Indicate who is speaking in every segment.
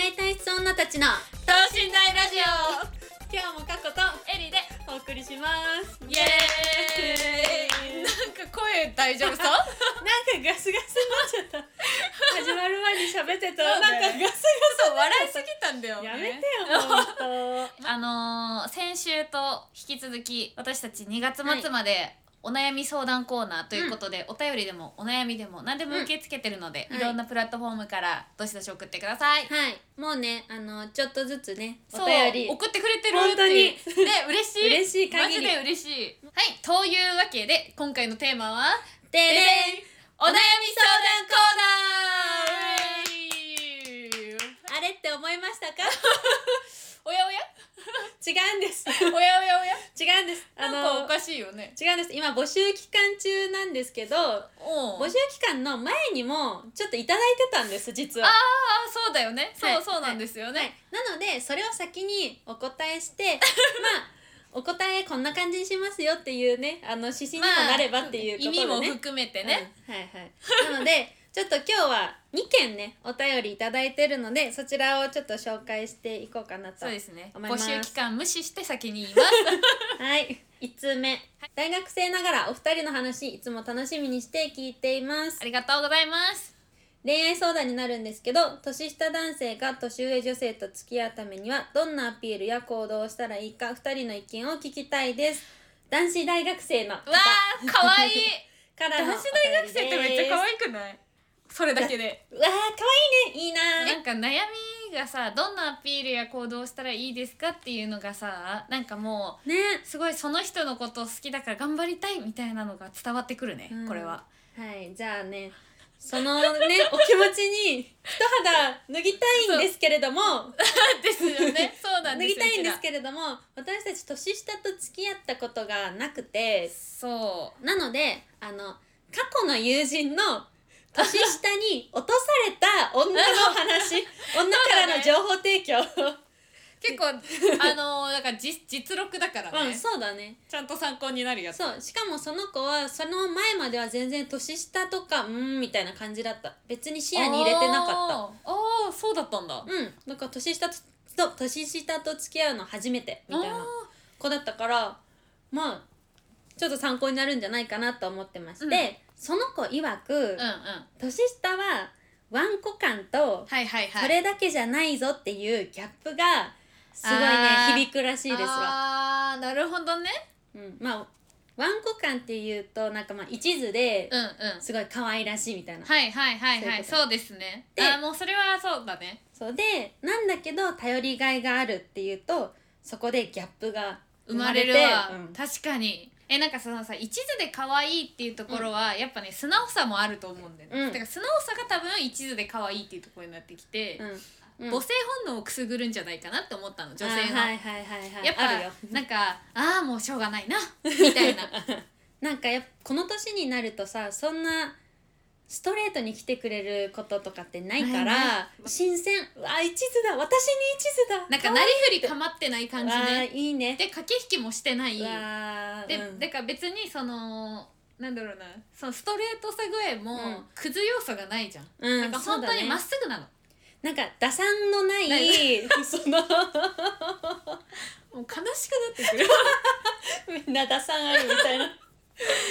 Speaker 1: 女たちの
Speaker 2: 等身大ラジオ
Speaker 1: 今日も過去と
Speaker 2: エリで
Speaker 1: お送りします
Speaker 2: イエーイなんか声 大丈夫そう
Speaker 1: なんかガスガスになっちゃった 始まる前に喋ってた
Speaker 2: そうなんかガスガス笑いすぎたんだよ、ね、
Speaker 1: やめてよほんと
Speaker 2: あのー先週と引き続き私たち2月末までお悩み相談コーナーということで、お便りでもお悩みでも何でも受け付けてるので、
Speaker 1: うん
Speaker 2: いろんなプラットフォームからどしどし送ってください、
Speaker 1: はいもうねあのちょっとずつねお
Speaker 2: そう
Speaker 1: 便り
Speaker 2: 送ってくれてるっていう
Speaker 1: 本
Speaker 2: で嬉しい
Speaker 1: 嬉しい
Speaker 2: マ
Speaker 1: 限
Speaker 2: ジ
Speaker 1: り
Speaker 2: で嬉しいはいというわけで今回のテーマは
Speaker 1: で
Speaker 2: ででんお悩み相談コーナー
Speaker 1: あれって思いましたか
Speaker 2: おやおや
Speaker 1: 違うんです
Speaker 2: おやおやおや
Speaker 1: 違うんです あ
Speaker 2: なんか
Speaker 1: の
Speaker 2: おかしいよね
Speaker 1: 違うんです今募集期間中なんですけど
Speaker 2: お
Speaker 1: 募集期間の前にもちょっといただいてたんです実は
Speaker 2: ああそうだよねそう、
Speaker 1: はい
Speaker 2: そうなんですよね、
Speaker 1: はい、なのでそれを先にお答えして まあお答えこんな感じにしますよっていうねあの指針にもなればっていうことで、ね
Speaker 2: 意味も含めてね、
Speaker 1: うんはいはいなのでちょっと今日は2件ねお便りいただいてるのでそちらをちょっと紹介していこうかなと
Speaker 2: そうですね
Speaker 1: 思いま
Speaker 2: 募
Speaker 1: す
Speaker 2: 集期間無視して先に言います
Speaker 1: はい1通目、大学生ながらお二人の話いつも楽しみにして聞いています
Speaker 2: ありがとうございます
Speaker 1: 恋愛相談になるんですけど年下男性が年上女性と付き合うためにはどんなアピールや行動をしたらいいか2人の意見を聞きたいです男子大学生の方
Speaker 2: うわーかわいい
Speaker 1: から
Speaker 2: 男
Speaker 1: の
Speaker 2: 子大学生ってめっちゃ可
Speaker 1: いい
Speaker 2: 愛くないそれだけで
Speaker 1: うわー可愛いねいいな
Speaker 2: なんか悩みがさどんなアピールや行動をしたらいいですかっていうのがさなんかも
Speaker 1: ーね
Speaker 2: うすごいその人のことを好きだから頑張りたいみたいなのが伝わってくるね、
Speaker 1: うん
Speaker 2: これは
Speaker 1: はいじゃあねその ねお気持ちに一肌脱ぎたいんですけれども
Speaker 2: ですよね そうな
Speaker 1: 脱
Speaker 2: んで
Speaker 1: ぎ
Speaker 2: すよ
Speaker 1: たいんで
Speaker 2: う
Speaker 1: すけれども私たち年下と付き合ったことがなくて
Speaker 2: ちらそ
Speaker 1: なのであの過去の友人の年下に落とされた女の 話女からの情報提供
Speaker 2: う結構あのーだから実実録だから
Speaker 1: う
Speaker 2: ね、
Speaker 1: んそうだね
Speaker 2: ちゃんと参考になるやつ
Speaker 1: そうしかもその子はその前までは全然年下とかうーんみたいな感じだった別に視野に入れてなかっ
Speaker 2: あーあーそうだったんだ
Speaker 1: たうんなんか年下とと年下と付き合うの初めてみたい
Speaker 2: あ
Speaker 1: な子だったからまあちょっと参考になるんじゃないかなと思ってまして、
Speaker 2: うん
Speaker 1: その子曰く、
Speaker 2: ーうんうん
Speaker 1: 年下はワンコ感と
Speaker 2: はいはいはい
Speaker 1: それだけじゃないぞっていうギャップがすごいね
Speaker 2: あー
Speaker 1: 響くらしいですわ。
Speaker 2: あーなるほどね
Speaker 1: うん、まあワンコ感っていうとなんかまあ一途で
Speaker 2: うんうん
Speaker 1: すごい可愛らしいみたいな。
Speaker 2: はいはいはいはい
Speaker 1: そ
Speaker 2: そ
Speaker 1: いう
Speaker 2: う
Speaker 1: こと
Speaker 2: ですね
Speaker 1: で
Speaker 2: あーもうそれはそうだね
Speaker 1: そうでなんだけど頼りがいがあるっていうとそこでギャップが
Speaker 2: 生まれるわ、
Speaker 1: うん
Speaker 2: 確かにえなんかそのさ一途で可愛いっていうところは、やっぱね素直さもあると思うんだよね、
Speaker 1: うん
Speaker 2: だから素直さが多分一途で可愛いっていうところになってきて、
Speaker 1: うんうん
Speaker 2: 母性本能をくすぐるんじゃないかなって思ったの女
Speaker 1: あ
Speaker 2: 性
Speaker 1: ー
Speaker 2: は、
Speaker 1: はいはいはいはい
Speaker 2: やっぱ
Speaker 1: あるよ
Speaker 2: なんかああもうしょうがないなみたい な
Speaker 1: なんかやっぱこの年になるとさそんなストレートに来てくれることとかってないから
Speaker 2: ない
Speaker 1: 新鮮うわ一途だ私に一途だ
Speaker 2: なんかなりふり構ってない感じ
Speaker 1: わあ
Speaker 2: ね
Speaker 1: いいね
Speaker 2: で駆け引きもしてないう
Speaker 1: わあ
Speaker 2: で、
Speaker 1: うん
Speaker 2: だから別にそのなんだろうなそのストレートさ具合
Speaker 1: うん
Speaker 2: もクズ要素がないじゃん、
Speaker 1: うん
Speaker 2: なんか
Speaker 1: そ
Speaker 2: 本
Speaker 1: うだ
Speaker 2: 当
Speaker 1: ね
Speaker 2: にまっすぐなの、
Speaker 1: なんか打算のない
Speaker 2: ない
Speaker 1: その
Speaker 2: もう悲しくなってくる
Speaker 1: みんな打算あるみたいな、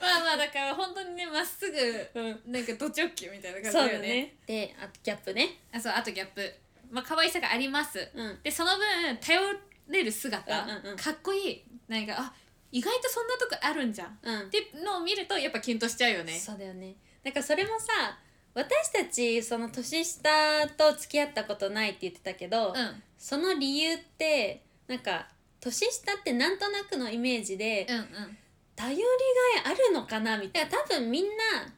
Speaker 2: まあまあだから本当にねまっすぐ
Speaker 1: うん、
Speaker 2: なんかド直球みたいな感じ
Speaker 1: そう
Speaker 2: だ
Speaker 1: だ
Speaker 2: よね
Speaker 1: ねであとギャップね
Speaker 2: あそうあとギャップまあ可愛さがあります
Speaker 1: うん
Speaker 2: でその分頼れる姿、
Speaker 1: うんうんうん
Speaker 2: かっこいいなんかあ意外とそんなとこあるんじゃんっ
Speaker 1: うん、
Speaker 2: てのを見るとやっぱキュンとしちゃうよね
Speaker 1: そうだよねなんかそれもさ私たちその年下と付き合ったことないって言ってたけど、
Speaker 2: うん
Speaker 1: その理由ってなんか年下ってなんとなくのイメージで、
Speaker 2: うんうん
Speaker 1: 頼りがいあるのかなみたいな多分みんな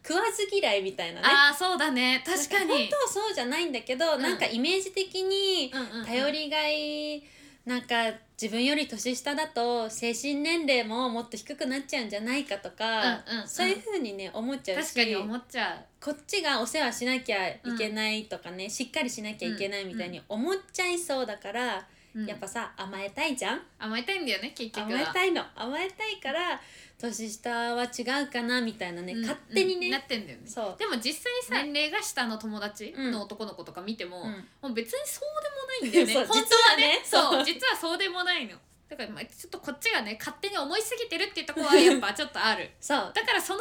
Speaker 1: 食わず嫌いみたいなね
Speaker 2: ああそうだね確か
Speaker 1: なん
Speaker 2: に
Speaker 1: 本当はそうじゃないんだけど、
Speaker 2: うん
Speaker 1: なんかイメージ的に
Speaker 2: うんうんうん
Speaker 1: 頼りがいなんか自分より年下だと精神年齢ももっと低くなっちゃうんじゃないかとか、
Speaker 2: うんうんうん
Speaker 1: そういうふうにね思っちゃうし
Speaker 2: 確かに思っちゃう
Speaker 1: こっちがお世話しなきゃいけないとかね、しっかりしなきゃいけないみたいに思っちゃいそうだから、
Speaker 2: うん
Speaker 1: やっぱさ甘えたいじゃん
Speaker 2: 甘えたいんだよね結局は
Speaker 1: 甘えたいの甘えたいから年下は違うかなみたいなね、
Speaker 2: うん
Speaker 1: 勝手に
Speaker 2: うんな
Speaker 1: ね、
Speaker 2: ってんだよね
Speaker 1: そう
Speaker 2: でも実際さ、年齢が下の友達の男の子とか見て
Speaker 1: うん
Speaker 2: も、もう別にそうでもないんだ よね
Speaker 1: そう
Speaker 2: 本
Speaker 1: 実はね
Speaker 2: 当は
Speaker 1: そう
Speaker 2: そう実はそうでもないのだからまあちょっとこっちがね勝手に思いすぎてるっていうところはやっぱちょっとある
Speaker 1: そう
Speaker 2: だからその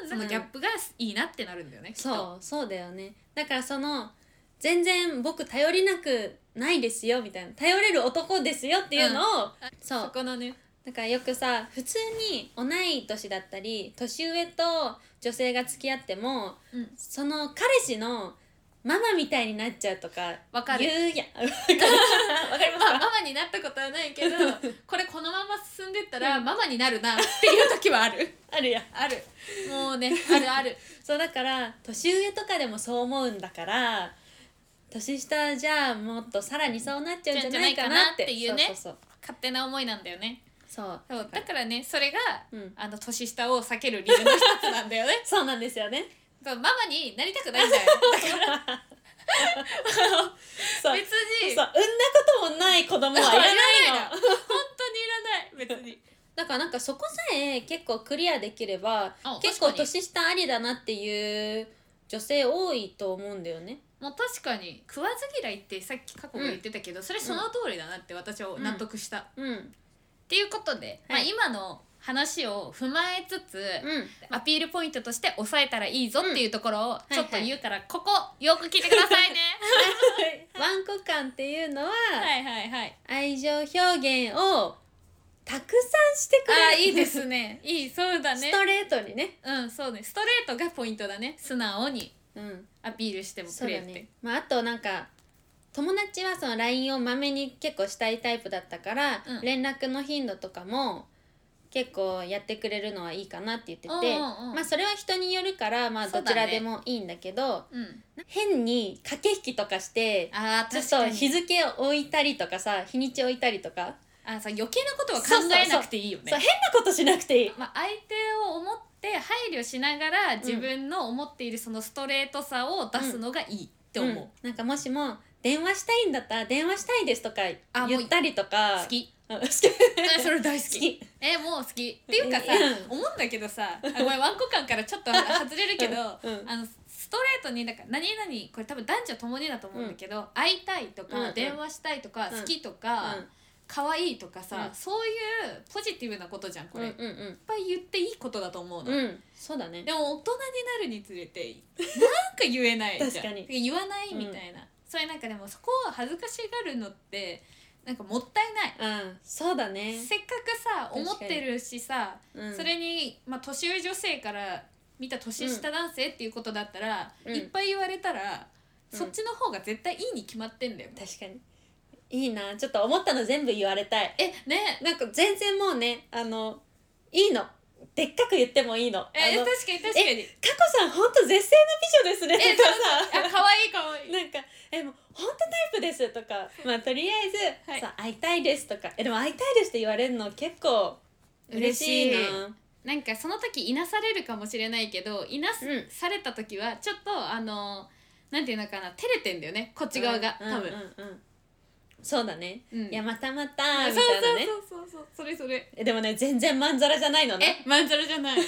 Speaker 2: 分その
Speaker 1: うん
Speaker 2: ギャップがいいなってなるんだよね、きっと
Speaker 1: そうそうだよねだからその全然僕頼りなくないですよみたいな頼れる男ですよっていうのを、そ
Speaker 2: そうこのね
Speaker 1: だからよくさ普通に同い年だったり年上と女性が付き合っても
Speaker 2: うん
Speaker 1: その彼氏のママみたいになっちゃうとか
Speaker 2: わかる
Speaker 1: 言うやんわかるわかります
Speaker 2: まあ
Speaker 1: か
Speaker 2: ママになったことはないけどこれこのまま進んでったらママになるなっていう時はある
Speaker 1: あるやん
Speaker 2: あるもうねあるある
Speaker 1: そうだから年上とかでもそう思うんだから年下じゃあもっとさらにそうなっちゃうんじゃないかなって
Speaker 2: じゃんじゃないかなっていうね
Speaker 1: そう
Speaker 2: 勝手な思いなんだよね
Speaker 1: そうそう
Speaker 2: そ
Speaker 1: そう
Speaker 2: うだからねそれが
Speaker 1: うん、
Speaker 2: あの年下を避ける理由の一つなんだよ ね
Speaker 1: そうなんですよね
Speaker 2: そうママになりたくないんだよ
Speaker 1: そう
Speaker 2: 別に
Speaker 1: そう産んだこともない子供はいらないの
Speaker 2: 本当にいらない別に
Speaker 1: だからなんかそこさえ結構クリアできれば
Speaker 2: あ
Speaker 1: 結構
Speaker 2: 確かに
Speaker 1: 年下ありだなっていう女性多いと思うんだよね。
Speaker 2: もう確かに食わず嫌いってさっき過去が言ってたけど、それその通りだなって私は納得した、っ
Speaker 1: うん、
Speaker 2: ていうことで、
Speaker 1: はい
Speaker 2: まあ、今の話を踏まえつつ、
Speaker 1: うん、
Speaker 2: アピールポイントとして抑えたらいいぞっていうところを
Speaker 1: うん
Speaker 2: ちょっと言うから、ここよく聞いてくださいね
Speaker 1: ワンコ感っていう のは
Speaker 2: はいはいはい
Speaker 1: 愛情表現をたくさんしてくれる
Speaker 2: あーいいですねいいそうだ ね
Speaker 1: ストレートにね、
Speaker 2: うんそうねストレートがポイントだね素直に
Speaker 1: うん、
Speaker 2: アピールしても
Speaker 1: そ
Speaker 2: く
Speaker 1: う
Speaker 2: れ
Speaker 1: だ
Speaker 2: って、
Speaker 1: ね、まあ、あとなんか友達はその LINE をまめに結構したいタイプだったから、
Speaker 2: うん
Speaker 1: 連絡の頻度とかも結構やってくれるのはいいかなって言って
Speaker 2: うんうん
Speaker 1: て、
Speaker 2: うん
Speaker 1: まあそれは人によるからまあ
Speaker 2: そ
Speaker 1: ど
Speaker 2: うだ
Speaker 1: ち
Speaker 2: ね
Speaker 1: らでもいいんだけど
Speaker 2: うん
Speaker 1: 変に駆け引きとかして
Speaker 2: あー
Speaker 1: ちょっ
Speaker 2: 確か
Speaker 1: と
Speaker 2: に
Speaker 1: 日付を置いたりとかさ日にち置いたりとか
Speaker 2: あーさ余計なことは考えなくていいよね
Speaker 1: そう変なことしなくていい。
Speaker 2: まあ、相手を思って配慮しながら自分の思っているそのストレートさを出すのがいいって思う、
Speaker 1: んなんかもしも電話したいんだったら電話したいですとか
Speaker 2: あもう
Speaker 1: 言ったりとか
Speaker 2: 好き
Speaker 1: うん好き
Speaker 2: あそれ大好
Speaker 1: 好
Speaker 2: き
Speaker 1: き
Speaker 2: えもう好きっていうかさ
Speaker 1: うん
Speaker 2: 思うんだけどさあごめんワンコ感からちょっと外れるけど、
Speaker 1: うんうん
Speaker 2: あのストレートになんか何々これ多分男女ともにだと思うんだけど、会いたいとか、
Speaker 1: うんうん
Speaker 2: 電話したいとか、
Speaker 1: うん
Speaker 2: 好きとか、
Speaker 1: うん
Speaker 2: 可愛いとかさ、
Speaker 1: うん
Speaker 2: そういうポジティブなことじゃんこれ、いっ
Speaker 1: うんうんうん
Speaker 2: ぱい言っていいことだと思うの、
Speaker 1: うん、そうだね。
Speaker 2: でも大人になるにつれてなんか言え ないじゃん
Speaker 1: 確かに
Speaker 2: 言わないみたいな、そういうなんかでもそこを恥ずかしがるのってなんかもったいない、
Speaker 1: うん、そうだね。
Speaker 2: せっかくさ
Speaker 1: 確かに
Speaker 2: 思ってるしさ、
Speaker 1: うん、
Speaker 2: それに、まあ、年上女性から見た年下男性っていうことだったら、
Speaker 1: うん
Speaker 2: いっぱい言われたら、
Speaker 1: うん
Speaker 2: そっちの方が絶対いいに決まってんだよ、ね
Speaker 1: 確かに。いいな、ちょっと思ったの全部言われたい。
Speaker 2: えね
Speaker 1: なんか全然もうね、あの、いいの。でっかく言ってもいいの。
Speaker 2: え
Speaker 1: あの、
Speaker 2: 確
Speaker 1: か
Speaker 2: かに確かに
Speaker 1: こさん本当絶世の美女ですね
Speaker 2: え
Speaker 1: とか
Speaker 2: あ可愛い可愛
Speaker 1: さ。
Speaker 2: い
Speaker 1: なんか、え、もう本当タイプですとか、まあとりあえず、
Speaker 2: はい
Speaker 1: さ会いたいですとか、え、でも会いたいですって言われるの結構嬉しいな。
Speaker 2: 嬉しいなんかその時いなされるかもしれないけどいなす
Speaker 1: うん
Speaker 2: された時はちょっとあのなんていうのかな照れてんだよねこっち側が、
Speaker 1: うん
Speaker 2: 多
Speaker 1: う
Speaker 2: 分、
Speaker 1: んうんうんそうだね。
Speaker 2: うん
Speaker 1: いや、またまた、
Speaker 2: そう
Speaker 1: みたいなね。
Speaker 2: そうそうそうそうそれそれ
Speaker 1: えでもね、全然まんざらじゃないのね。
Speaker 2: えまんざらじ ゃない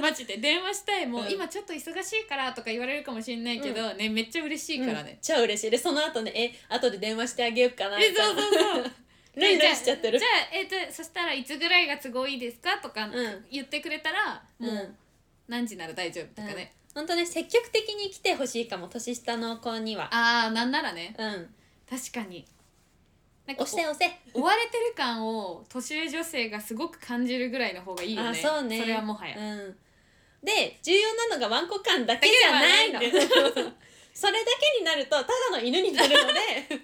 Speaker 2: マジで電話したいもう、
Speaker 1: うん
Speaker 2: 今ちょっと忙しいからとか言われるかもしれないけど、ねめっちゃ嬉しいから
Speaker 1: うん
Speaker 2: ね、
Speaker 1: 超嬉しいでその後ねえ後で電話してあげようかなみ
Speaker 2: え
Speaker 1: た
Speaker 2: そ
Speaker 1: いうな
Speaker 2: そ うそう
Speaker 1: ルイルイしちゃってる
Speaker 2: じゃあじゃあえっ、とそしたらいつぐらいが都合いいですかとか
Speaker 1: うん
Speaker 2: 言ってくれたら、
Speaker 1: もう、
Speaker 2: もう何時なら大丈夫とかね、
Speaker 1: 本当ね積極的に来てほしいかも年下の子には
Speaker 2: ああなんならね
Speaker 1: うん
Speaker 2: 確かになん
Speaker 1: 押して押せ
Speaker 2: 追われてる感を年上女性がすごく感じるぐらいの方がいいよね
Speaker 1: あそうね
Speaker 2: れはもはや、
Speaker 1: うんで重要なのがワンコ感だけじゃないの
Speaker 2: だけでは
Speaker 1: それだけになるとただの犬になるの で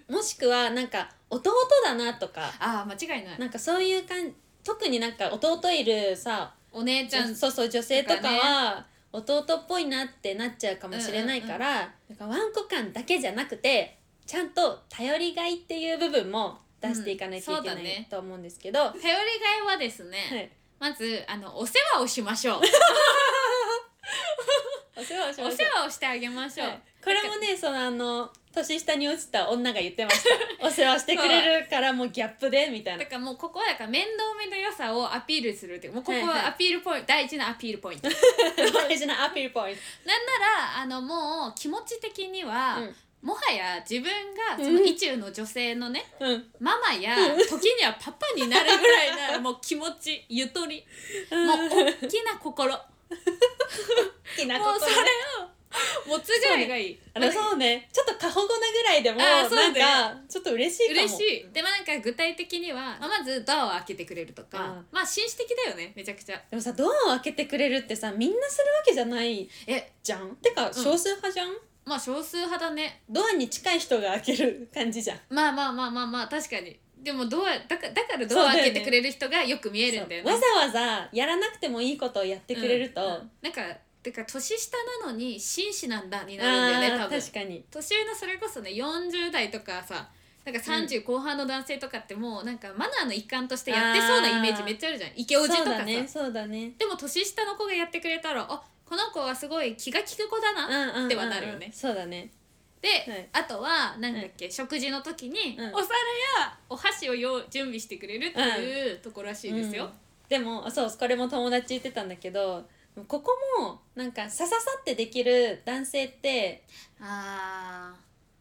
Speaker 1: もしくはなんか弟だなとか
Speaker 2: ああ間違いない
Speaker 1: なんかそういう感じ特になんか弟いるさ
Speaker 2: お姉ちゃん
Speaker 1: そうそう女性とか
Speaker 2: とかね
Speaker 1: は弟っぽいなってなっちゃうかもしれないから、だからワンコ感だけじゃなくてちゃんと頼りがいっていう部分も出していかなきゃいけ
Speaker 2: うんそう
Speaker 1: な
Speaker 2: だ
Speaker 1: い
Speaker 2: ね
Speaker 1: と思うんですけど、は
Speaker 2: 頼りがいはですね、
Speaker 1: い、
Speaker 2: まずあのお世話をしま しょう
Speaker 1: お世話をし
Speaker 2: お
Speaker 1: まし
Speaker 2: 世
Speaker 1: ょう
Speaker 2: 話をしてあげましょう、
Speaker 1: はいこれもねそのあの年下に落ちた女が言ってました お世話してくれるからもうギャップでみたいな
Speaker 2: だからもうここはだから面倒見の良さをアピールするっていうもうここ
Speaker 1: はいはい
Speaker 2: はアピールポイント、大事なアピールポイントなん
Speaker 1: 大事なアピールポイン
Speaker 2: ならあのもう気持ち的には、
Speaker 1: うん
Speaker 2: もはや自分がその
Speaker 1: うん
Speaker 2: 意中の女性のね、
Speaker 1: ト、うん
Speaker 2: ママや時にはパパになるぐら いならもう気持ちゆとりもう大きな心も
Speaker 1: 好きな
Speaker 2: う
Speaker 1: こと
Speaker 2: そ
Speaker 1: ね
Speaker 2: れを持つぐらいがいい。
Speaker 1: あのそうねちょっと過保護なぐらいでも
Speaker 2: あーそうね
Speaker 1: なんかちょっと嬉しいかも
Speaker 2: 嬉しいでもなんか具体的には、まあ、まずドアを開けてくれるとか、
Speaker 1: うん
Speaker 2: まあ紳士的だよねめちゃくちゃ
Speaker 1: でもさドアを開けてくれるってさみんなするわけじゃない
Speaker 2: え
Speaker 1: じゃんてか少数派じゃん、
Speaker 2: まあ少数派だね
Speaker 1: ドアに近い人が開ける感じじゃん
Speaker 2: まあまあまあまあまあ確かにでもドアだかだから
Speaker 1: そう
Speaker 2: ド
Speaker 1: だ
Speaker 2: ア
Speaker 1: よね
Speaker 2: 開けてくれる人がよく見えるんだよね
Speaker 1: わざわざやらなくてもいいことをやってくれると、
Speaker 2: うんうんなんかてか年下なのに紳士なんだになるんだよね
Speaker 1: あ
Speaker 2: 多
Speaker 1: あ
Speaker 2: 分
Speaker 1: 確かに
Speaker 2: 年上のそれこそね40代とかさなんか30後半の男性とかってもうなんかマナーの一環としてやってそうなイメージめっちゃあるじゃんイケオジと
Speaker 1: そ
Speaker 2: か
Speaker 1: う
Speaker 2: さ
Speaker 1: だねそうだね
Speaker 2: でも年下の子がやってくれたらあこの子はすごい気が利く子だな、
Speaker 1: うんうんうんうん
Speaker 2: ってはなるよね
Speaker 1: そうだね
Speaker 2: で、
Speaker 1: はい
Speaker 2: あとはなんだっけ、食事の時に、
Speaker 1: うん
Speaker 2: お皿やお箸を用準備してくれるっていうところらしいですよ、
Speaker 1: うんでもそうこれも友達言ってたんだけどここもなんかさささってできる男性って
Speaker 2: あ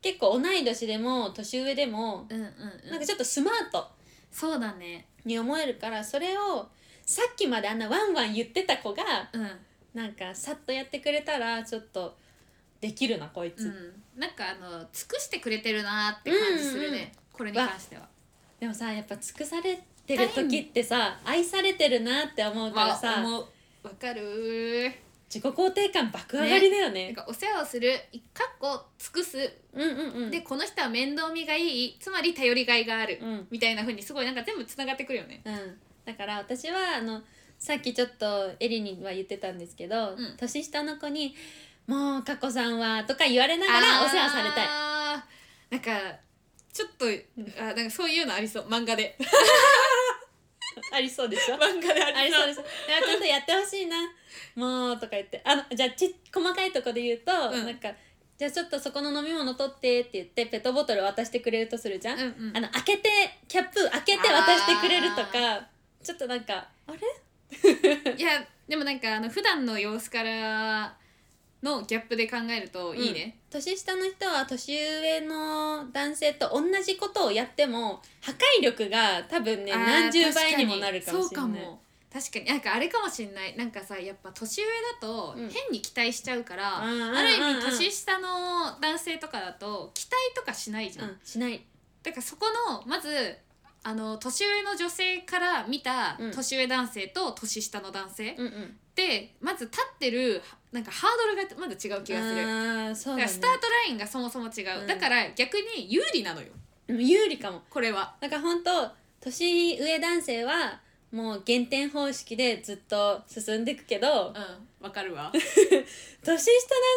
Speaker 1: 結構同い年でも年上でも
Speaker 2: ーうんう
Speaker 1: な
Speaker 2: ん
Speaker 1: ん
Speaker 2: う
Speaker 1: か
Speaker 2: ん
Speaker 1: ちょっとスマート
Speaker 2: そうだね
Speaker 1: に思えるからそれをさっきまであんなワンワン言ってた子が
Speaker 2: うん、うん、
Speaker 1: なんかさっとやってくれたらちょっとできるなこいつ、
Speaker 2: なんかあの尽くしてくれてるなって感じするね、
Speaker 1: うんうん
Speaker 2: これに関しては
Speaker 1: でもさやっぱ尽くされてる時ってさ愛されてるなって思うから
Speaker 2: わ
Speaker 1: さ、
Speaker 2: 思うわかるー
Speaker 1: 自己肯定感爆上がりだよ
Speaker 2: な
Speaker 1: ね
Speaker 2: んかお世話をするかっこ尽くす
Speaker 1: うんうんうん
Speaker 2: でこの人は面倒見がいいつまり頼りがいがある、
Speaker 1: うん
Speaker 2: みたいな風にすごいなんか全部つながってくるよね
Speaker 1: うん、だから私はあのさっきちょっとエリには言ってたんですけど、
Speaker 2: うん
Speaker 1: 年下の子に「もう佳子さんは」とか言われながらお世話されたい。
Speaker 2: あーなんかちょっとあなんかそういうのありそう漫 画で
Speaker 1: ありそうでしょ
Speaker 2: 漫画であ
Speaker 1: あ
Speaker 2: り
Speaker 1: り
Speaker 2: そ
Speaker 1: そううでしょいやちょっとやってほしいな「もう」とか言ってあのじゃあち細かいとこで言うと、
Speaker 2: ん
Speaker 1: なんか「じゃあちょっとそこの飲み物取って」って言ってペットボトル渡してくれるとするじゃん。
Speaker 2: うんうん
Speaker 1: あの開けてキャップ開けて渡してくれるとかちょっとなんか「あれ?」
Speaker 2: いやでもなんかあの普段の様子からのギャップで考えるといいね、
Speaker 1: 年下の人は年上の男性と同じことをやっても破壊力が多分ね
Speaker 2: あー
Speaker 1: 何十倍にもなるかもしれ
Speaker 2: 確
Speaker 1: な
Speaker 2: か
Speaker 1: い
Speaker 2: にそうかも確かになんかあれかもしんないなんかさやっぱ年上だと
Speaker 1: うん
Speaker 2: 変に期待しちゃうから、
Speaker 1: うんうんうんうん
Speaker 2: ある意味年下の男性とかだと期待とかしないじゃん、
Speaker 1: うん、しない
Speaker 2: だからそこのまずあの年上の女性から見た
Speaker 1: うん
Speaker 2: 年上男性と年下の男性
Speaker 1: うんうん
Speaker 2: でまず立ってるなんかハードルがまず違う気がする。
Speaker 1: あーそ
Speaker 2: だ
Speaker 1: う
Speaker 2: か
Speaker 1: だ、ね、
Speaker 2: らスタートラインがそもそも違う、
Speaker 1: うん
Speaker 2: だから逆に有利なのよ
Speaker 1: うん有利かも
Speaker 2: これは
Speaker 1: だから本当年上男性はもう減点方式でずっと進んでいくけど
Speaker 2: うんわかる わ
Speaker 1: 年下男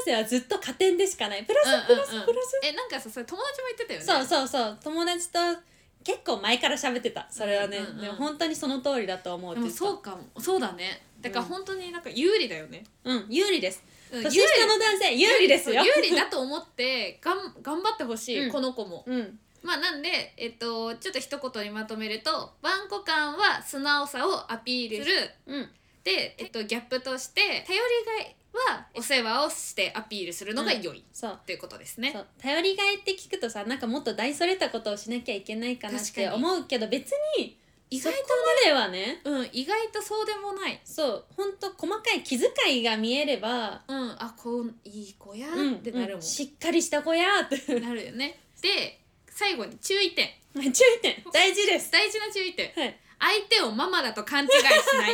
Speaker 1: 性はずっと加点でしかないプラス
Speaker 2: うん
Speaker 1: プ
Speaker 2: うん
Speaker 1: ラ
Speaker 2: う
Speaker 1: ス
Speaker 2: ん
Speaker 1: プラス、
Speaker 2: えなんかさそれ友達も言ってたよね
Speaker 1: そうそうそう友達と結構前から喋ってたそれはね、
Speaker 2: うんうんうん
Speaker 1: でも本当にその通りだと思うっ
Speaker 2: で
Speaker 1: て言
Speaker 2: も
Speaker 1: ってた
Speaker 2: そうかもそうだねだから本当になんか有利だよね、
Speaker 1: うん有利です
Speaker 2: うん
Speaker 1: 年下の男性有利ですよ。
Speaker 2: 有利だと思ってがん頑張ってほしい、
Speaker 1: うん
Speaker 2: この子も
Speaker 1: うん、
Speaker 2: まあなんで、えっと、ちょっと一言にまとめるとワンコ感は素直さをアピールする
Speaker 1: うん、
Speaker 2: で、えっと、ギャップとして頼りがいはお世話をしてアピールするのが良い、
Speaker 1: そう。
Speaker 2: ということですね
Speaker 1: そ。う頼りがいって聞くとさなんかもっと大それたことをしなきゃいけないかなって思うけど別に
Speaker 2: 意
Speaker 1: そ
Speaker 2: 外
Speaker 1: ことまではね
Speaker 2: うん意外とそうでもない。
Speaker 1: そうほんと細かい気遣いが見えれば、
Speaker 2: うんあこういい子や、
Speaker 1: うん、
Speaker 2: ってな
Speaker 1: う
Speaker 2: るも
Speaker 1: ん
Speaker 2: ん、
Speaker 1: しっかりした子やーって
Speaker 2: なるよね。で最後に注意点
Speaker 1: 注意点 大事です。
Speaker 2: 大事な注意点
Speaker 1: はい、
Speaker 2: 相手をママだと勘違いしない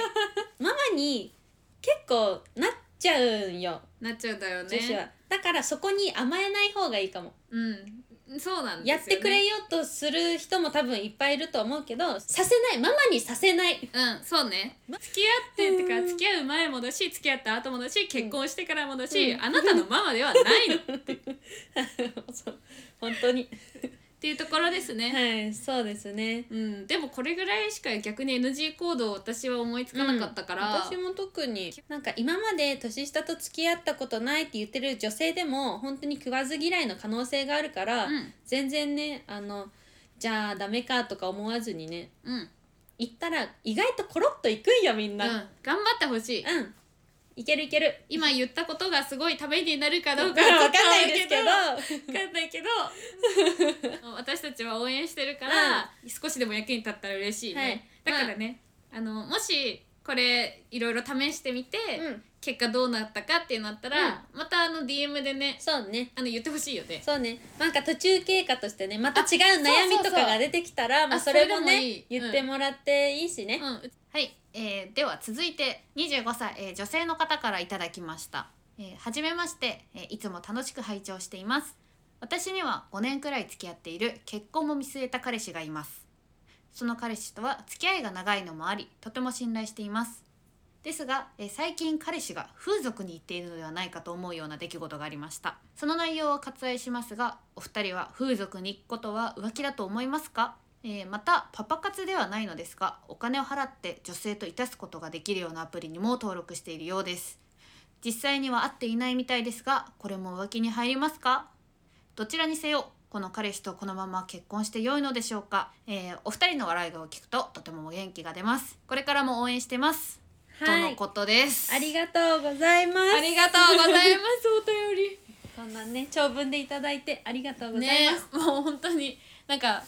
Speaker 1: ママに結構なっちゃうんよ
Speaker 2: なっちゃうんだよね。
Speaker 1: 女子は、だからそこに甘えない方がいいかも。
Speaker 2: うんそうなんです
Speaker 1: や
Speaker 2: よ、ね
Speaker 1: っ。てくれようとする人も多分いっぱいいると思うけどさせないママにさせない
Speaker 2: うん、そうね。付き合ってって
Speaker 1: う
Speaker 2: か、
Speaker 1: ん
Speaker 2: 付き合う前もだし、付き合った後もだし、結婚してからもだし、
Speaker 1: うん
Speaker 2: あなたのママではないの。
Speaker 1: そう本当に
Speaker 2: っていうところですね。
Speaker 1: はいそうですね
Speaker 2: うん、でもこれぐらいしか逆に NG 行動私は思いつかなかったから、
Speaker 1: 私も特になんか今まで年下と付き合ったことないって言ってる女性でも本当に食わず嫌いの可能性があるから、
Speaker 2: うん
Speaker 1: 全然ねあのじゃあダメかとか思わずにね
Speaker 2: うんうん
Speaker 1: 行ったら意外とコロッと行くんよみんな、
Speaker 2: 頑張ってほしい
Speaker 1: うん、いけるいける。
Speaker 2: 今言ったことがすごいためになるかど
Speaker 1: わ
Speaker 2: う
Speaker 1: か
Speaker 2: か
Speaker 1: ん
Speaker 2: わ
Speaker 1: ないですけど、
Speaker 2: わかんないけど 私たちは応援してるから、少しでも役に立ったら嬉しいね、
Speaker 1: はい
Speaker 2: だからね、あのもしこれいろいろ試してみて、
Speaker 1: うん、
Speaker 2: 結果どうなったかってなったら、またあの DM でね
Speaker 1: そうね。
Speaker 2: あの言ってほしいよね
Speaker 1: そうね。なんか途中経過としてね、また違う悩みとかが出てきたら、まあ
Speaker 2: あ
Speaker 1: そ
Speaker 2: そ
Speaker 1: れ
Speaker 2: れ
Speaker 1: も
Speaker 2: でも
Speaker 1: ね
Speaker 2: いいうん
Speaker 1: 言ってもらっていいしね。
Speaker 2: うん
Speaker 3: はい、えーでは続いて25歳、えー女性の方からいただきました。えーはじめまして、えーいつも楽しく拝聴しています。私には5年くらい付き合っている結婚も見据えた彼氏がいます。その彼氏とは付き合いが長いのもあり、とても信頼しています。ですが、えー最近彼氏が風俗に行っているのではないかと思うような出来事がありました。その内容を割愛しますが、お二人は風俗に行くことは浮気だと思いますかえーまたパパ活ではないのですがお金を払って女性といたすことができるようなアプリにも登録しているようです実際には会っていないみたいですがこれも浮気に入りますかどちらにせよこの彼氏とこのまま結婚して良いのでしょうか、えーお二人の笑い声を聞くととても元気が出ますこれからも応援してます、と
Speaker 1: は
Speaker 3: の
Speaker 1: い。
Speaker 3: ことです
Speaker 1: ありがとうございま
Speaker 2: ありがとうございますお便り
Speaker 1: す。こんなね長文でいただいてありがとうござい
Speaker 2: ね
Speaker 1: ます。
Speaker 2: もう本当になんか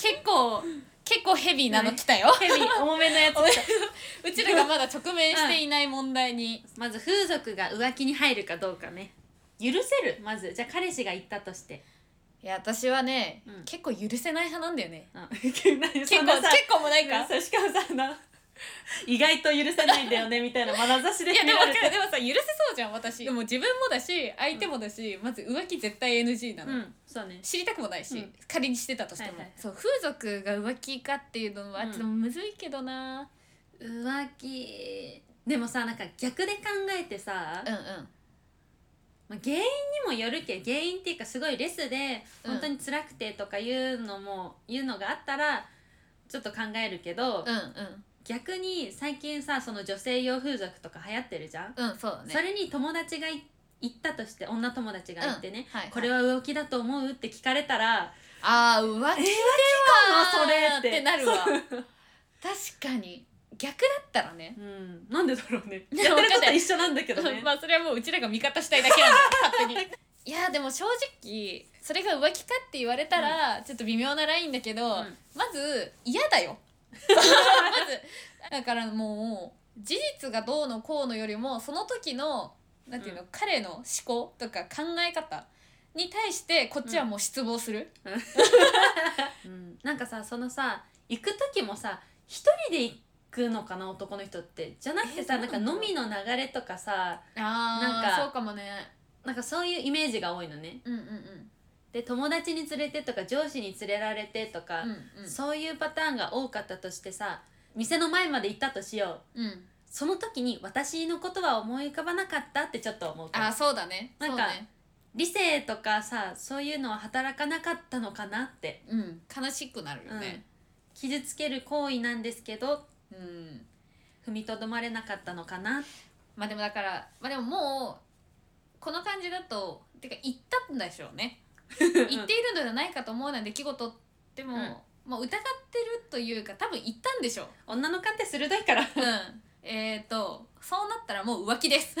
Speaker 2: 結構結構ヘビーなの来たよ、
Speaker 1: ヘビ重めのやつ。
Speaker 2: うちらがまだ直面していない問題に、
Speaker 1: まず風俗が浮気に入るかどうかね。許せるまずじゃあ彼氏が言ったとして。
Speaker 2: い、や私はね、
Speaker 1: うん
Speaker 2: 結構許せない派なんだよね
Speaker 1: あ結構結
Speaker 2: 結構結構もないか、
Speaker 1: さしかもさな意外と許せないんだよねみたいな眼差しで
Speaker 2: いやで
Speaker 1: 見
Speaker 2: も
Speaker 1: ら
Speaker 2: わ
Speaker 1: れ
Speaker 2: か
Speaker 1: て
Speaker 2: るでもさ許せそうじゃん私でも自分もだし相手もだし、まず浮気絶対 NG なの、
Speaker 1: うんそうね
Speaker 2: 知りたくもないし、
Speaker 1: うん
Speaker 2: 仮にしてたとしても、
Speaker 1: はいはいはい
Speaker 2: そう風俗が浮気かっていうのは
Speaker 1: うん
Speaker 2: ちょっとむずいけどな、
Speaker 1: 浮気でもさなんか逆で考えてさ、
Speaker 3: うんうん
Speaker 1: まあ、原因にもよるけど原因っていうかすごいレスで
Speaker 3: うん
Speaker 1: 本当に辛くてとかいうのも、いうのがあったらちょっと考えるけど、
Speaker 3: うん
Speaker 1: 逆に最近さその女性用風俗とか流行ってるじゃん、
Speaker 3: うんうんそうだね
Speaker 1: それに友達がい行ったとして女友達が行ってね、
Speaker 3: うんはい
Speaker 1: これは浮気だと思うって聞かれたら
Speaker 3: ああ浮気では
Speaker 1: それっ
Speaker 3: っててなるわ
Speaker 1: そ
Speaker 3: 確かに逆だったらね
Speaker 1: うん、なんでだろうね。
Speaker 2: で
Speaker 1: や
Speaker 2: も
Speaker 1: ってる
Speaker 2: わか
Speaker 1: こと
Speaker 2: んない
Speaker 1: 一緒なんだけどね。
Speaker 2: まあそれはもううちらが味方したいだ けなんだよ勝手にいやでも正直それが浮気かって言われたら、ちょっと微妙なラインだけど、
Speaker 1: うん
Speaker 2: まず嫌 だよまずだからもう事実がどうのこうのよりもその時のなんていうの、
Speaker 1: う
Speaker 2: 彼の思考とか考え方に対してこっちはもう失望する、
Speaker 1: うん、なんかさそのさ行く時もさ一人で行くのかな男の人ってじゃなくてさ
Speaker 2: え
Speaker 1: なんか
Speaker 2: そうなの
Speaker 1: 飲みの流れとかさ
Speaker 2: あ
Speaker 1: ー
Speaker 2: なんか
Speaker 1: そう
Speaker 2: かもね
Speaker 1: なんかそういうイメージが多いのね。
Speaker 2: うんうんうん
Speaker 1: で友達に連れてとか上司に連れられてとか、
Speaker 2: うんうん
Speaker 1: そういうパターンが多かったとしてさ店の前まで行ったとしよう
Speaker 2: うん
Speaker 1: その時に私のことは思い浮かばなかったってちょっと思うか
Speaker 2: あ
Speaker 1: ら
Speaker 2: ーそうだね
Speaker 1: なんか
Speaker 2: そうね
Speaker 1: 理性とかさそういうのは働かなかったのかなって
Speaker 2: うん悲しくなるよね、
Speaker 1: 傷つける行為なんですけど
Speaker 2: うん
Speaker 1: 踏みとどまれなかったのか な
Speaker 2: まあでもだからまあでももうこの感じだとてか言ったんでしょうね言っているのではないかと思うような出来事でも、
Speaker 1: うん
Speaker 2: まあ疑ってるというか多分言ったんでしょう、
Speaker 1: 女の勘って鋭いから
Speaker 2: うん、えっ、とそうなったらもう浮気です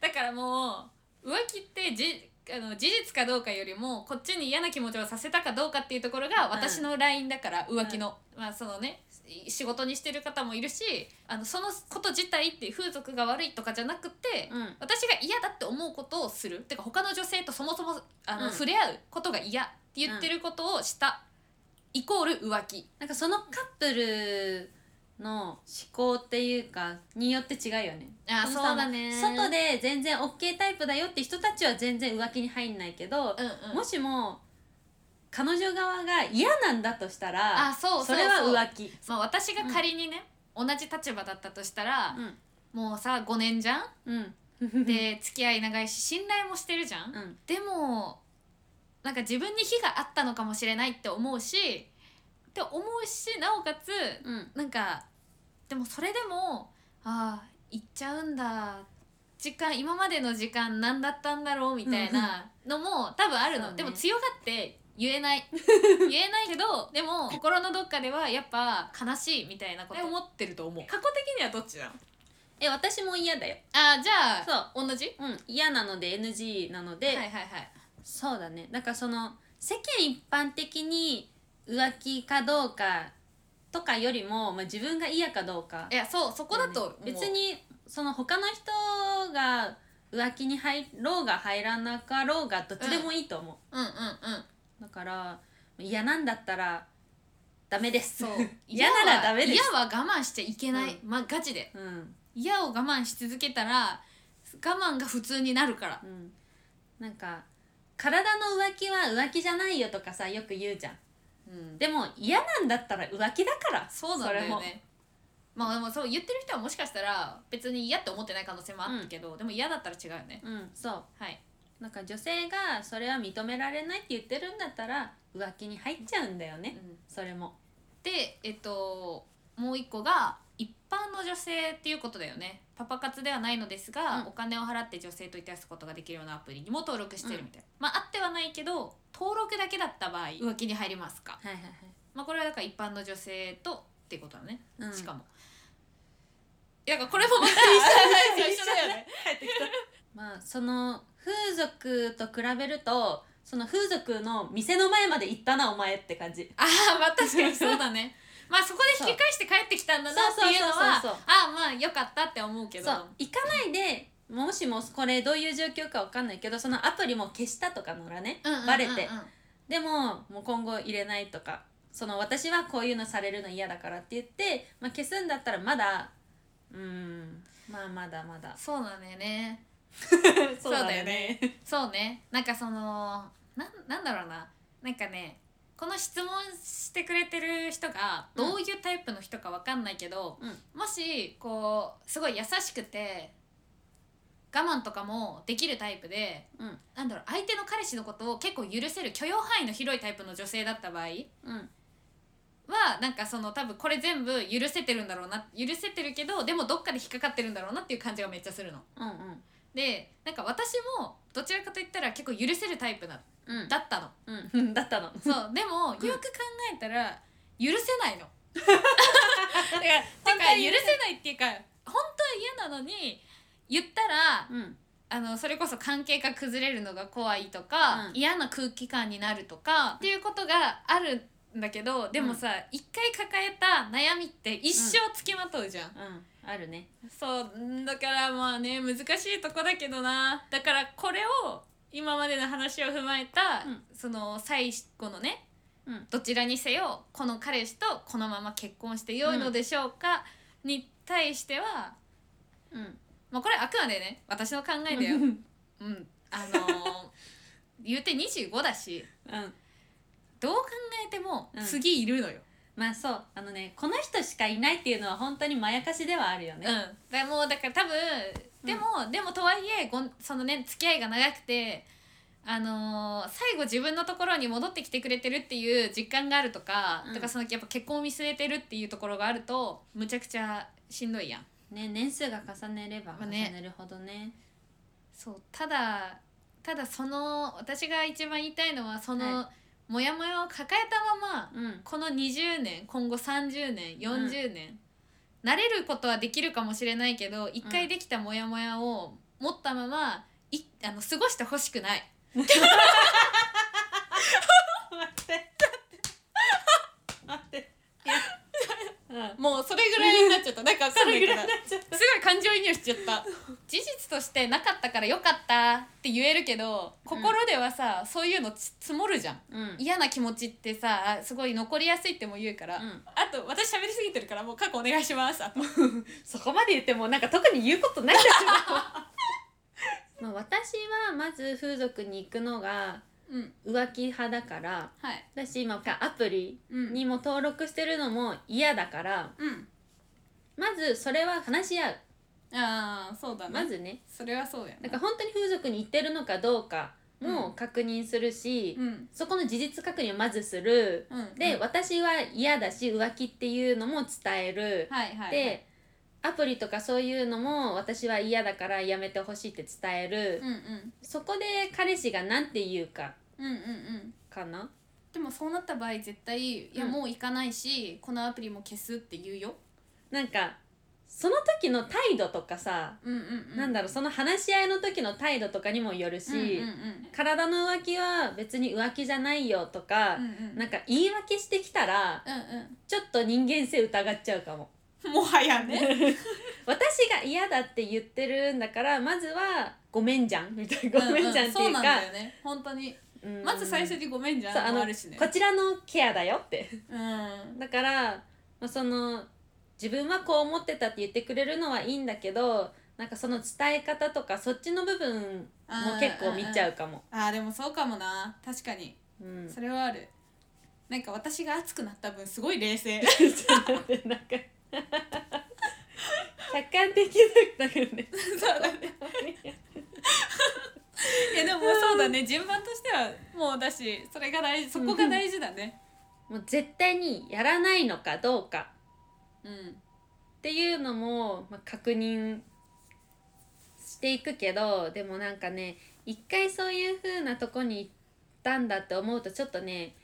Speaker 2: だからもう浮気ってじあの事実かどうかよりもこっちに嫌な気持ちをさせたかどうかっていうところが
Speaker 1: うん
Speaker 2: 私のラインだから浮気の、まあそのね仕事にしてる方もいるしあのそのこと自体って風俗が悪いとかじゃなくて、
Speaker 1: うん
Speaker 2: 私が嫌だって思うことをするてか他の女性とそもそもあの、
Speaker 1: うん
Speaker 2: 触れ合うことが嫌って言ってることをした、イコール浮気
Speaker 1: なんかそのカップルの思考っていうかによって違うよね
Speaker 2: あ
Speaker 1: そのさ外で全然 OK タイプだよって人たちは全然浮気に入んないけど、
Speaker 2: うんうん、
Speaker 1: もしも彼女側が嫌なんだとしたら
Speaker 2: あそう
Speaker 1: それは浮気
Speaker 2: まあ、私が仮にね、同じ立場だったとしたら、
Speaker 1: う
Speaker 2: もうさ5年じゃん
Speaker 1: んうん
Speaker 2: で付き合い長いし信頼もしてるじゃん、
Speaker 1: うん
Speaker 2: でもなんか自分に非があったのかもしれないって思うしって思うしなおかつ
Speaker 1: うん
Speaker 2: なんかでもそれでもああ行っちゃうんだ時間今までの時間何だったんだろうみたいなのも多分あるの、
Speaker 3: そうね
Speaker 2: でも強がって言えない言えないけどでも心のどっかではやっぱ悲しいみたいなこと
Speaker 3: 思ってると思う
Speaker 2: 過去的にはどっちなの
Speaker 1: え私も嫌だよ
Speaker 2: ああじゃ
Speaker 1: そ
Speaker 2: あ同じは
Speaker 1: うん嫌なので NG なので、
Speaker 2: いはいはい
Speaker 1: そうだねだからその世間一般的に浮気かどうかとかよりも、まあ、自分が嫌かどうか
Speaker 2: いやそうそこだと
Speaker 1: 別
Speaker 2: もう
Speaker 1: にその他の人が浮気に入ろうが入らなかろうがどっちでもいいと思う、
Speaker 2: うんうんうん
Speaker 1: だから嫌なんだったらダメです
Speaker 2: そう
Speaker 1: 嫌ならダメです
Speaker 2: 嫌は我慢しちゃいけない、まあガチで
Speaker 1: うん
Speaker 2: 嫌を我慢し続けたら我慢が普通になるから
Speaker 1: うんなんか体の浮気は浮気じゃないよとかさよく言うじゃん
Speaker 2: うん、
Speaker 1: でも嫌なんだったら浮気だから
Speaker 2: そうなんだ
Speaker 1: それ
Speaker 2: よ
Speaker 1: も
Speaker 2: ねまあでもそう言ってる人はもしかしたら別に嫌って思ってない可能性もあったけど、でも嫌だったら違うよね
Speaker 1: うんそう
Speaker 2: はい
Speaker 1: なんか女性がそれは認められないって言ってるんだったら浮気に入っちゃうんだよね、それも
Speaker 2: でえっともう一個が一般の女性っていうことだよねパパ活ではないのですが、
Speaker 1: うん
Speaker 2: お金を払って女性といたすことができるようなアプリにも登録してるみたいな、まああってはないけど登録だけだった場合浮気に入りますか、
Speaker 1: はいはいはい
Speaker 2: まあ、これはだから一般の女性とっていうことだね、
Speaker 1: うん
Speaker 2: しかもいやだからこれもまた 一緒だね
Speaker 1: まあその風俗と比べるとその風俗の店の前まで行ったなお前って感じ
Speaker 2: ああまあ確かにそう だねまあそこで引き返して帰ってきたんだなっていうのは
Speaker 1: そうそうそうそうそう
Speaker 2: ああまあよかったって思うけ
Speaker 1: そう
Speaker 2: ど
Speaker 1: 行かないでもしもこれどういう状況かわかんないけどそのアプリも消したとかのらね、
Speaker 2: うんうんうんうん
Speaker 1: バレてでももう今後入れないとかその私はこういうのされるの嫌だからって言って、まあ、消すんだったらまだうんまあまだまだ
Speaker 2: そうなんだよね
Speaker 1: そうだよね。
Speaker 2: そうねなんかそのなんなんだろうななんかねこの質問してくれてる人がどういうタイプの人かわかんないけど、
Speaker 1: うん
Speaker 2: もしこうすごい優しくて我慢とかもできるタイプで
Speaker 1: うん
Speaker 2: なんだろう相手の彼氏のことを結構許せる許容範囲の広いタイプの女性だった場合
Speaker 1: うん
Speaker 2: はなんかその多分これ全部許せてるんだろうな許せてるけどでもどっかで引っかかってるんだろうなっていう感じがめっちゃするの。
Speaker 1: うん
Speaker 2: でなんか私もどちらかといったら結構許せるタイプな
Speaker 1: うんうん
Speaker 2: だったの。
Speaker 1: うんだったの。
Speaker 2: そうでもよく考えたら許せな いの。だか
Speaker 1: 本
Speaker 2: らてか
Speaker 1: 当に
Speaker 2: 許
Speaker 1: 許
Speaker 2: せないっていうか本当は嫌なのに言ったら
Speaker 1: うん
Speaker 2: あのそれこそ関係が崩れるのが怖いとか、
Speaker 1: うん
Speaker 2: 嫌な空気感になるとかっていうことがあるんだけどでもさ、一回抱えた悩みって一生つきまとうじゃん、
Speaker 1: うんあるね。
Speaker 2: そううんだからまあね難しいとこだけどなだからこれを今までの話を踏まえた、
Speaker 1: うん
Speaker 2: その最後のね
Speaker 1: うん
Speaker 2: どちらにせよこの彼氏とこのまま結婚して良いのでしょうか、に対しては、
Speaker 1: うん
Speaker 2: まあ、これあくまでね私の考えだよ
Speaker 1: う。ん
Speaker 2: うん、あのー 言うて25だし
Speaker 1: うん
Speaker 2: どう考えても
Speaker 1: うん
Speaker 2: 次いるのよ、
Speaker 1: まあそうあのねこの人しかいないっていうのは本当にまやかしではあるよ
Speaker 2: うん
Speaker 1: ね。
Speaker 2: だからもうだから多分でも、でもとはいえごんそのね付き合いが長くてあのー最後自分のところに戻ってきてくれてるっていう実感があるとか、
Speaker 1: うん
Speaker 2: とかそのやっぱ結婚を見据えてるっていうところがあるとむちゃくちゃしんどいやん。
Speaker 1: ね年数が重ねれば
Speaker 2: まあ
Speaker 1: 重
Speaker 2: ね
Speaker 1: ねるほどね。
Speaker 2: そうただただその私が一番言いたいのはその、
Speaker 1: は
Speaker 2: モヤモヤを抱えたまま、
Speaker 1: うん
Speaker 2: この20年今後30年40年、慣れることはできるかもしれないけど一回できたモヤモヤを持ったままいあの過ごしてほしくない。
Speaker 1: 待って待って。 うん
Speaker 2: もうそれぐらいになっちゃったなんかわか
Speaker 1: そ
Speaker 2: んな
Speaker 1: れ
Speaker 2: い
Speaker 1: ぐ
Speaker 2: け
Speaker 1: ら
Speaker 2: ど
Speaker 1: いになっちゃっ
Speaker 2: すごい感情移入しちゃった 事実としてなかったからよかったって言えるけど心ではさ、そういうのつ積もるじゃん
Speaker 1: た。うん
Speaker 2: 嫌な気持ちってさすごい残りやすいっても言うから、
Speaker 1: うん
Speaker 2: あと私喋りすぎてるからもう過去お願いしますあと
Speaker 1: そこまで言ってもなんか特に言うことないだろ まあ私はまず風俗に行くのが
Speaker 2: うん
Speaker 1: 浮気派だから
Speaker 2: はい
Speaker 1: 私今アプリ
Speaker 2: うん
Speaker 1: にも登録してるのも嫌だから
Speaker 2: うん
Speaker 1: まずそれは話し合う
Speaker 2: ああそうだね
Speaker 1: まずね
Speaker 2: それはそうや
Speaker 1: なんか本当に風俗に行ってるのかどうかも確認するし、
Speaker 2: うん
Speaker 1: そこの事実確認をまずする
Speaker 2: うん
Speaker 1: で、
Speaker 2: うん
Speaker 1: 私は嫌だし浮気っていうのも伝える、
Speaker 2: はいはい
Speaker 1: でアプリとかそういうのも私は嫌だからやめてほしいって伝える、
Speaker 2: うんうん
Speaker 1: そこで彼氏が何て言うか
Speaker 2: うんうんうん
Speaker 1: かな
Speaker 2: でもそうなった場合絶対いや
Speaker 1: うん
Speaker 2: もう行かないし、このアプリも消すって言うよ
Speaker 1: なんかその時の態度とかさ、
Speaker 2: うんうん、
Speaker 1: なんだろうその話し合いの時の態度とかにもよるし、
Speaker 2: うんうん
Speaker 1: 体の浮気は別に浮気じゃないよとか、
Speaker 2: うんうんうん
Speaker 1: なんか言い訳してきたら
Speaker 2: う
Speaker 1: ちょっと人間性疑っちゃうかも
Speaker 2: んうんもはやね
Speaker 1: 私が嫌だって言ってるんだからまずは「ごめんじゃん」みたい な「ごめんじゃん」って
Speaker 2: そう
Speaker 1: いう
Speaker 2: なん
Speaker 1: か
Speaker 2: だよね本当に
Speaker 1: うん
Speaker 2: まず最初にごめんじゃん
Speaker 1: そうあ
Speaker 2: も
Speaker 1: の
Speaker 2: あるしね
Speaker 1: こちらのケアだよって
Speaker 2: うん
Speaker 1: だから、まあ、その自分はこう思ってたって言ってくれるのはいいんだけどなんかその伝え方とかそっちの部分も結構見ちゃうかも、
Speaker 2: あーでもそうかもな確かに
Speaker 1: うん、
Speaker 2: それはあるなんか私が熱くなった分すごい冷静
Speaker 1: なんか 客観的だだけど ね
Speaker 2: そうだね いやでもそうだね順番としてはもうだしそれが大事そこが大事だね
Speaker 1: もう絶対にやらないのかどうか
Speaker 2: うん
Speaker 1: っていうのも、まあ、確認していくけどでもなんかね一回そういう風なとこに行ったんだって思うとちょっとね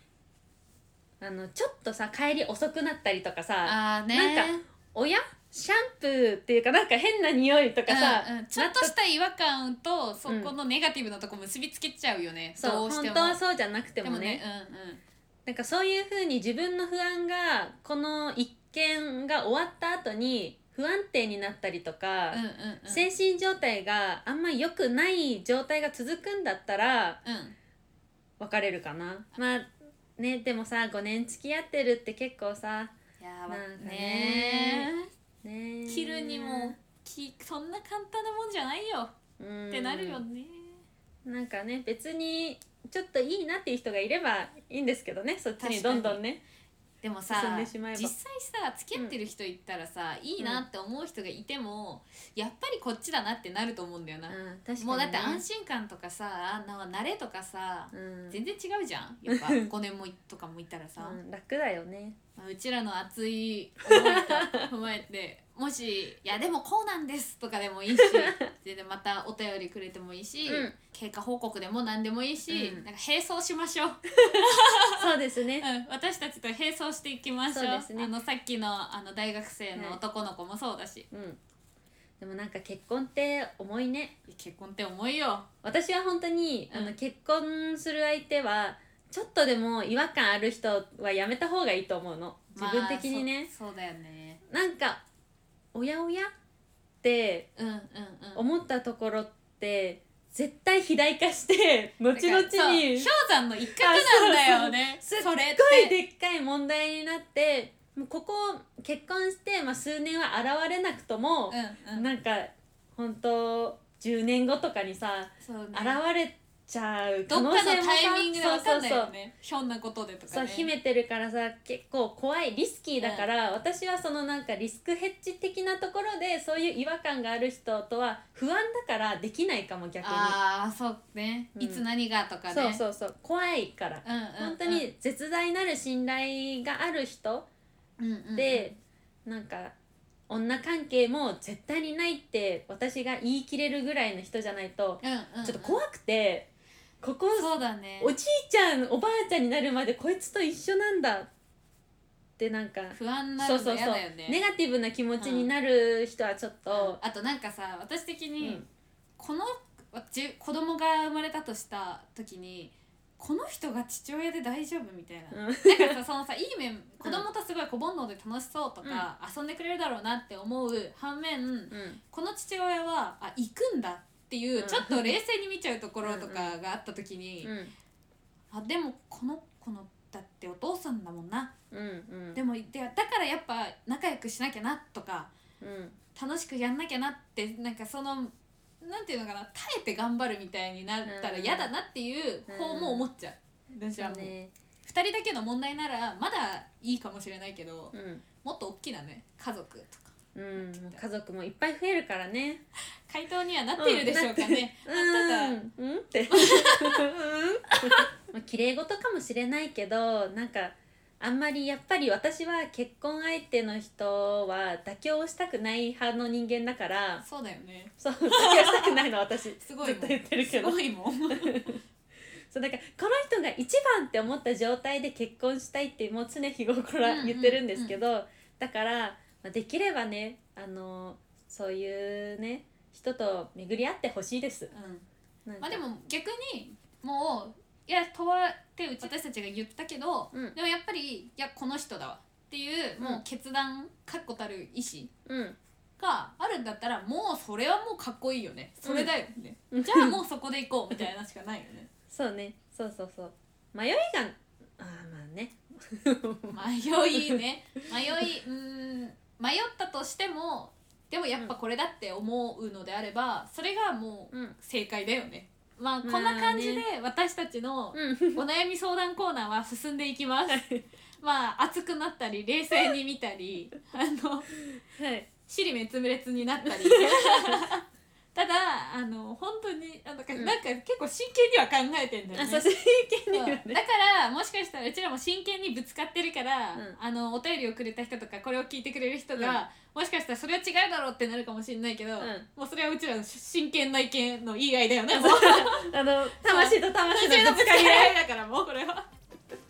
Speaker 1: あのちょっとさ帰り遅くなったりとかさ
Speaker 3: あーね
Speaker 1: なん「おやシャンプー」っていうかなんか変な匂いとかさ、
Speaker 2: うんうん、ちょっとした違和感とそこのネガティブなとこ結びつけちゃうよね、
Speaker 1: そ
Speaker 2: ど
Speaker 1: う
Speaker 2: うし
Speaker 1: 本
Speaker 2: ても
Speaker 1: 当はそうじゃなくて
Speaker 2: で
Speaker 1: も
Speaker 2: も
Speaker 1: ね
Speaker 2: ね
Speaker 1: なんかそういう風に自分の不安がこの一件が終わった後に不安定になったりとか。
Speaker 2: うんうんうんうんうん
Speaker 1: 精神状態があんま良くない状態が続くんだったら
Speaker 2: うん
Speaker 1: 別れるかなまあねでもさ5年付き合ってるって結構さ
Speaker 2: いやー
Speaker 1: なんかね
Speaker 2: ね
Speaker 1: ね
Speaker 2: ー切るにもきそんな簡単なもんじゃないよ
Speaker 1: っ
Speaker 2: ってなるよね
Speaker 1: なんかね別にちょっといいなっていう人がいればいいんですけどねそっちにどんどんね
Speaker 2: でもさ
Speaker 1: 進んで
Speaker 2: 実
Speaker 1: しまえば
Speaker 2: 際さ付き合ってる人いったらさ、いいなって思う人がいてもやっぱりこっちだなってなると思うんだよな、
Speaker 1: うん確かにね
Speaker 2: もうだって安心感とかさな慣れとかさ、
Speaker 1: うん
Speaker 2: 全然違うじゃん やっぱ5年もいとかもいたらさ、
Speaker 1: うん楽だよね
Speaker 2: まあうちらの熱い思いと踏まえて もし「いやでもこうなんです」とかでも いいし全然またお便りくれてもいいし、
Speaker 1: うん
Speaker 2: 経過報告でも何でもいいし、
Speaker 1: うん
Speaker 2: なんか並走しましょう、
Speaker 1: そうですね
Speaker 2: うん私たちと並走していきましょ
Speaker 1: そう
Speaker 2: う
Speaker 1: ですね
Speaker 2: あのさっきのあの大学生
Speaker 1: はい
Speaker 2: の男の子もそうだし、
Speaker 1: うんでもなんか結婚って重いね
Speaker 2: いや結婚って重いよ
Speaker 1: 私は本当に、
Speaker 2: う
Speaker 1: あ
Speaker 2: ん
Speaker 1: の結婚する相手はちょっとでも違和感ある人はやめた方がいいと思うの自分的にね
Speaker 2: まあ、そそうだよね
Speaker 1: なんかおやおやって
Speaker 2: うんうんうん
Speaker 1: 思ったところって絶対肥大化 して後々に
Speaker 2: だからそう氷
Speaker 1: すっ
Speaker 2: 山の一角なんだよね
Speaker 1: そう
Speaker 2: それっ
Speaker 1: ごい
Speaker 2: て
Speaker 1: でっかい問題になってもうここ結婚して、まあ、数年は現れなくとも、
Speaker 2: うんうん
Speaker 1: なんか本当10年後とかにさ
Speaker 2: そうね
Speaker 1: 現れちゃう
Speaker 2: どっかのタイミングで分かんない
Speaker 1: そうそ
Speaker 2: よ
Speaker 1: うそう
Speaker 2: ねひょんなことでとか
Speaker 1: そう
Speaker 2: ね
Speaker 1: 秘めてるからさ結構怖いリスキーだから、私はそのなんかリスクヘッジ的なところでそういう違和感がある人とは不安だからできないかも逆に
Speaker 2: ああそうね、
Speaker 1: うん
Speaker 2: いつ何がとかね
Speaker 1: そうそうそう怖いから、
Speaker 2: うんうんうん、
Speaker 1: 本当に絶大なる信頼がある人で、なんか女関係も絶対にないって私が言い切れるぐらいの人じゃないと、
Speaker 2: うんうんうん、
Speaker 1: ちょっと怖くてここ
Speaker 2: そうだね
Speaker 1: おじいちゃんおばあちゃんになるまでこいつと一緒なんだってなんか
Speaker 2: 不安にな
Speaker 1: そう
Speaker 2: る
Speaker 1: そ
Speaker 2: の
Speaker 1: う
Speaker 2: 嫌
Speaker 1: そう
Speaker 2: だよね
Speaker 1: ネガティブな気持ちになる人はちょっと、
Speaker 2: あとなんかさ私的
Speaker 1: うん
Speaker 2: に、このじ子供が生まれたとした時にこの人が父親で大丈夫みたい
Speaker 1: うん
Speaker 2: な、なんかさそのさいい面子供とすごい子煩悩で楽しそうとか、遊んでくれるだろうなって思う反面、
Speaker 1: うん
Speaker 2: この父親はあ行くんだっていう、
Speaker 1: うん
Speaker 2: ちょっと冷静に見ちゃうところとかがあった時に、
Speaker 1: うん
Speaker 2: あでもこの子のだってお父さんだもんな、
Speaker 1: うんうん
Speaker 2: でもいやだからやっぱ仲良くしなきゃなとか
Speaker 1: うん
Speaker 2: 楽しくやんなきゃなってなんかそのなんていうのかな耐えて頑張るみたいになったら
Speaker 1: うん
Speaker 2: 嫌だなっていう方も思っちゃう、私はもう、
Speaker 1: ね
Speaker 2: 2人だけの問題ならまだいいかもしれないけど、
Speaker 1: うん
Speaker 2: もっと大きなね家族とか
Speaker 1: うん、もう家族もいっぱい増えるからね
Speaker 2: 回答にはなっているでしょうかね、
Speaker 1: う
Speaker 2: だ
Speaker 1: んうんって まあ綺麗事かもしれないけどなんかあんまりやっぱり私は結婚相手の人は妥協したくない派の人間だから
Speaker 2: そうだよね
Speaker 1: そう妥協したくないの私
Speaker 2: すごい
Speaker 1: ずっと言ってるけ
Speaker 2: す
Speaker 1: ど
Speaker 2: ごい もん
Speaker 1: そうだからこの人が一番って思った状態で結婚したいってもう常日頃から言ってるんですけど、だから、まあ、できればねあのそういうね人と巡り合ってほしいです。
Speaker 2: うん
Speaker 1: なんか
Speaker 2: まあでも逆にもういやとはってうち私たちが言ったけど、
Speaker 1: うん
Speaker 2: でもやっぱりいやこの人だわっていうもう決断確固たる意思
Speaker 1: うん、
Speaker 2: があるんだったらもうそれはもうかっこいいよねそれだよね、
Speaker 1: うん
Speaker 2: じゃあもうそこで行こうみたいなしかないよね
Speaker 1: そうねそうそうそう迷いがあーまあね
Speaker 2: 迷いね迷いうーん迷ったとしてもでもやっぱこれだって思うのであればそれがもう
Speaker 1: うん
Speaker 2: 正解だよねまあ
Speaker 1: まあね
Speaker 2: こんな感じで私たちの
Speaker 1: うん
Speaker 2: お悩み相談コーナーは進んでいきます。まあ熱くなったり冷静に見たりあの
Speaker 1: はい
Speaker 2: 尻滅裂にな ったりただあの本当にあのなんか,、
Speaker 1: うん
Speaker 2: なんか結構真剣には考えてんだよ
Speaker 1: あ
Speaker 2: ね。
Speaker 1: そう
Speaker 2: そう
Speaker 1: 真剣には
Speaker 2: だ
Speaker 1: ね
Speaker 2: からもしかしたらうちらも真剣にぶつかってるから、
Speaker 1: うん
Speaker 2: あのお便りをくれた人とかこれを聞いてくれる人が、もしかしたらそれは違うだろうってなるかもしれないけど、
Speaker 1: ん
Speaker 2: もうそれはうちらの真剣な意見の言い合いだよね。もう
Speaker 1: あ の魂と魂
Speaker 2: 私
Speaker 1: の
Speaker 2: の
Speaker 1: ぶ
Speaker 2: ぶつ
Speaker 1: つ
Speaker 2: か
Speaker 1: かり
Speaker 2: り
Speaker 1: 合い
Speaker 2: 合いだからもうこれは。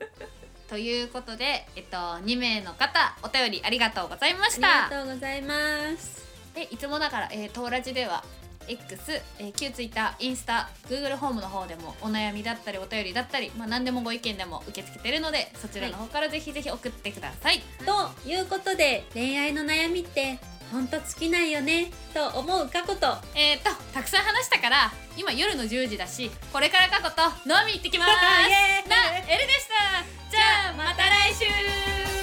Speaker 3: ということで、えっと、2名の方お便りありがとうございまし
Speaker 1: あ
Speaker 3: た
Speaker 1: りがとうございます
Speaker 3: でいつもながら、えー、トーラジでは X、えー、旧 Twitter、インスタ、Google ホームの方でもお悩みだったりお便りだったり、まあ、何でもご意見でも受け付けてるのでそちらの方からぜひぜひ送ってください。
Speaker 1: ということで恋愛の悩みってほんと尽きないよねと思う過去と
Speaker 3: えー、とたくさん話したから今夜の10時だしこれから過 去と飲み行ってきます
Speaker 1: イエーイ
Speaker 3: なエルでしたじゃあまた来週